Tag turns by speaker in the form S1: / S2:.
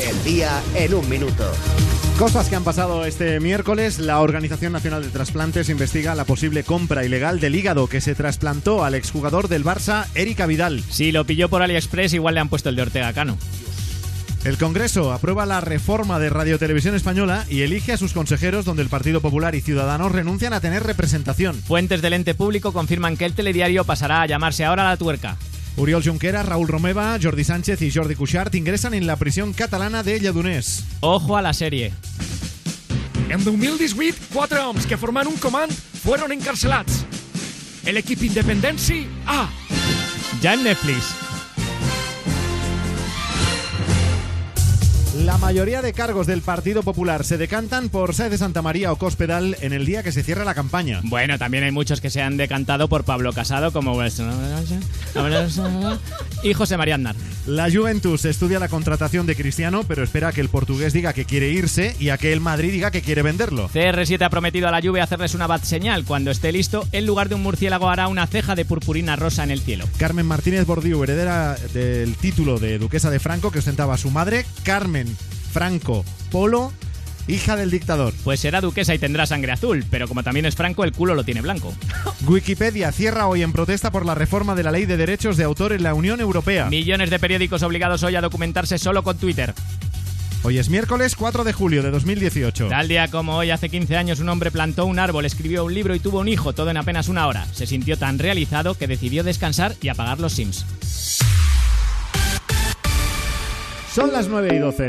S1: El día en un minuto.
S2: Cosas que han pasado este miércoles. La Organización Nacional de Trasplantes investiga la posible compra ilegal del hígado que se trasplantó al exjugador del Barça, Erika Vidal.
S3: Si lo pilló por AliExpress, igual le han puesto el de Ortega Cano.
S2: El Congreso aprueba la reforma de Radiotelevisión Española y elige a sus consejeros donde el Partido Popular y Ciudadanos renuncian a tener representación.
S3: Fuentes del ente público confirman que el telediario pasará a llamarse ahora La Tuerca.
S2: Uriol Junqueras, Raúl Romeva, Jordi Sánchez y Jordi Cuixart ingresan en la prisión catalana de Lledoners.
S3: Ojo a la serie.
S4: En 2018, quatre homes que forman un comand fueron encarcelats. El equip Independency A.
S3: Ya en Netflix.
S2: La mayoría de cargos del Partido Popular se decantan por Sáez de Santa María o Cospedal en el día que se cierra la campaña.
S3: Bueno, también hay muchos que se han decantado por Pablo Casado, como y José María Aznar.
S2: La Juventus estudia la contratación de Cristiano, pero espera a que el portugués diga que quiere irse y a que el Madrid diga que quiere venderlo.
S3: CR7 ha prometido a la Juve hacerles una bat señal. Cuando esté listo, en lugar de un murciélago hará una ceja de purpurina rosa en el cielo.
S2: Carmen Martínez Bordiú, heredera del título de duquesa de Franco que ostentaba a su madre, Carmen Franco Polo, hija del dictador.
S3: Pues será duquesa y tendrá sangre azul, pero como también es franco, el culo lo tiene blanco.
S2: Wikipedia cierra hoy en protesta por la reforma de la ley de derechos de autor en la Unión Europea.
S3: Millones de periódicos obligados hoy a documentarse solo con Twitter.
S2: Hoy es miércoles 4 de julio de 2018.
S3: Tal día como hoy, hace 15 años, un hombre plantó un árbol, escribió un libro y tuvo un hijo, todo en apenas una hora. Se sintió tan realizado que decidió descansar y apagar los Sims.
S2: Son las 9 y 12.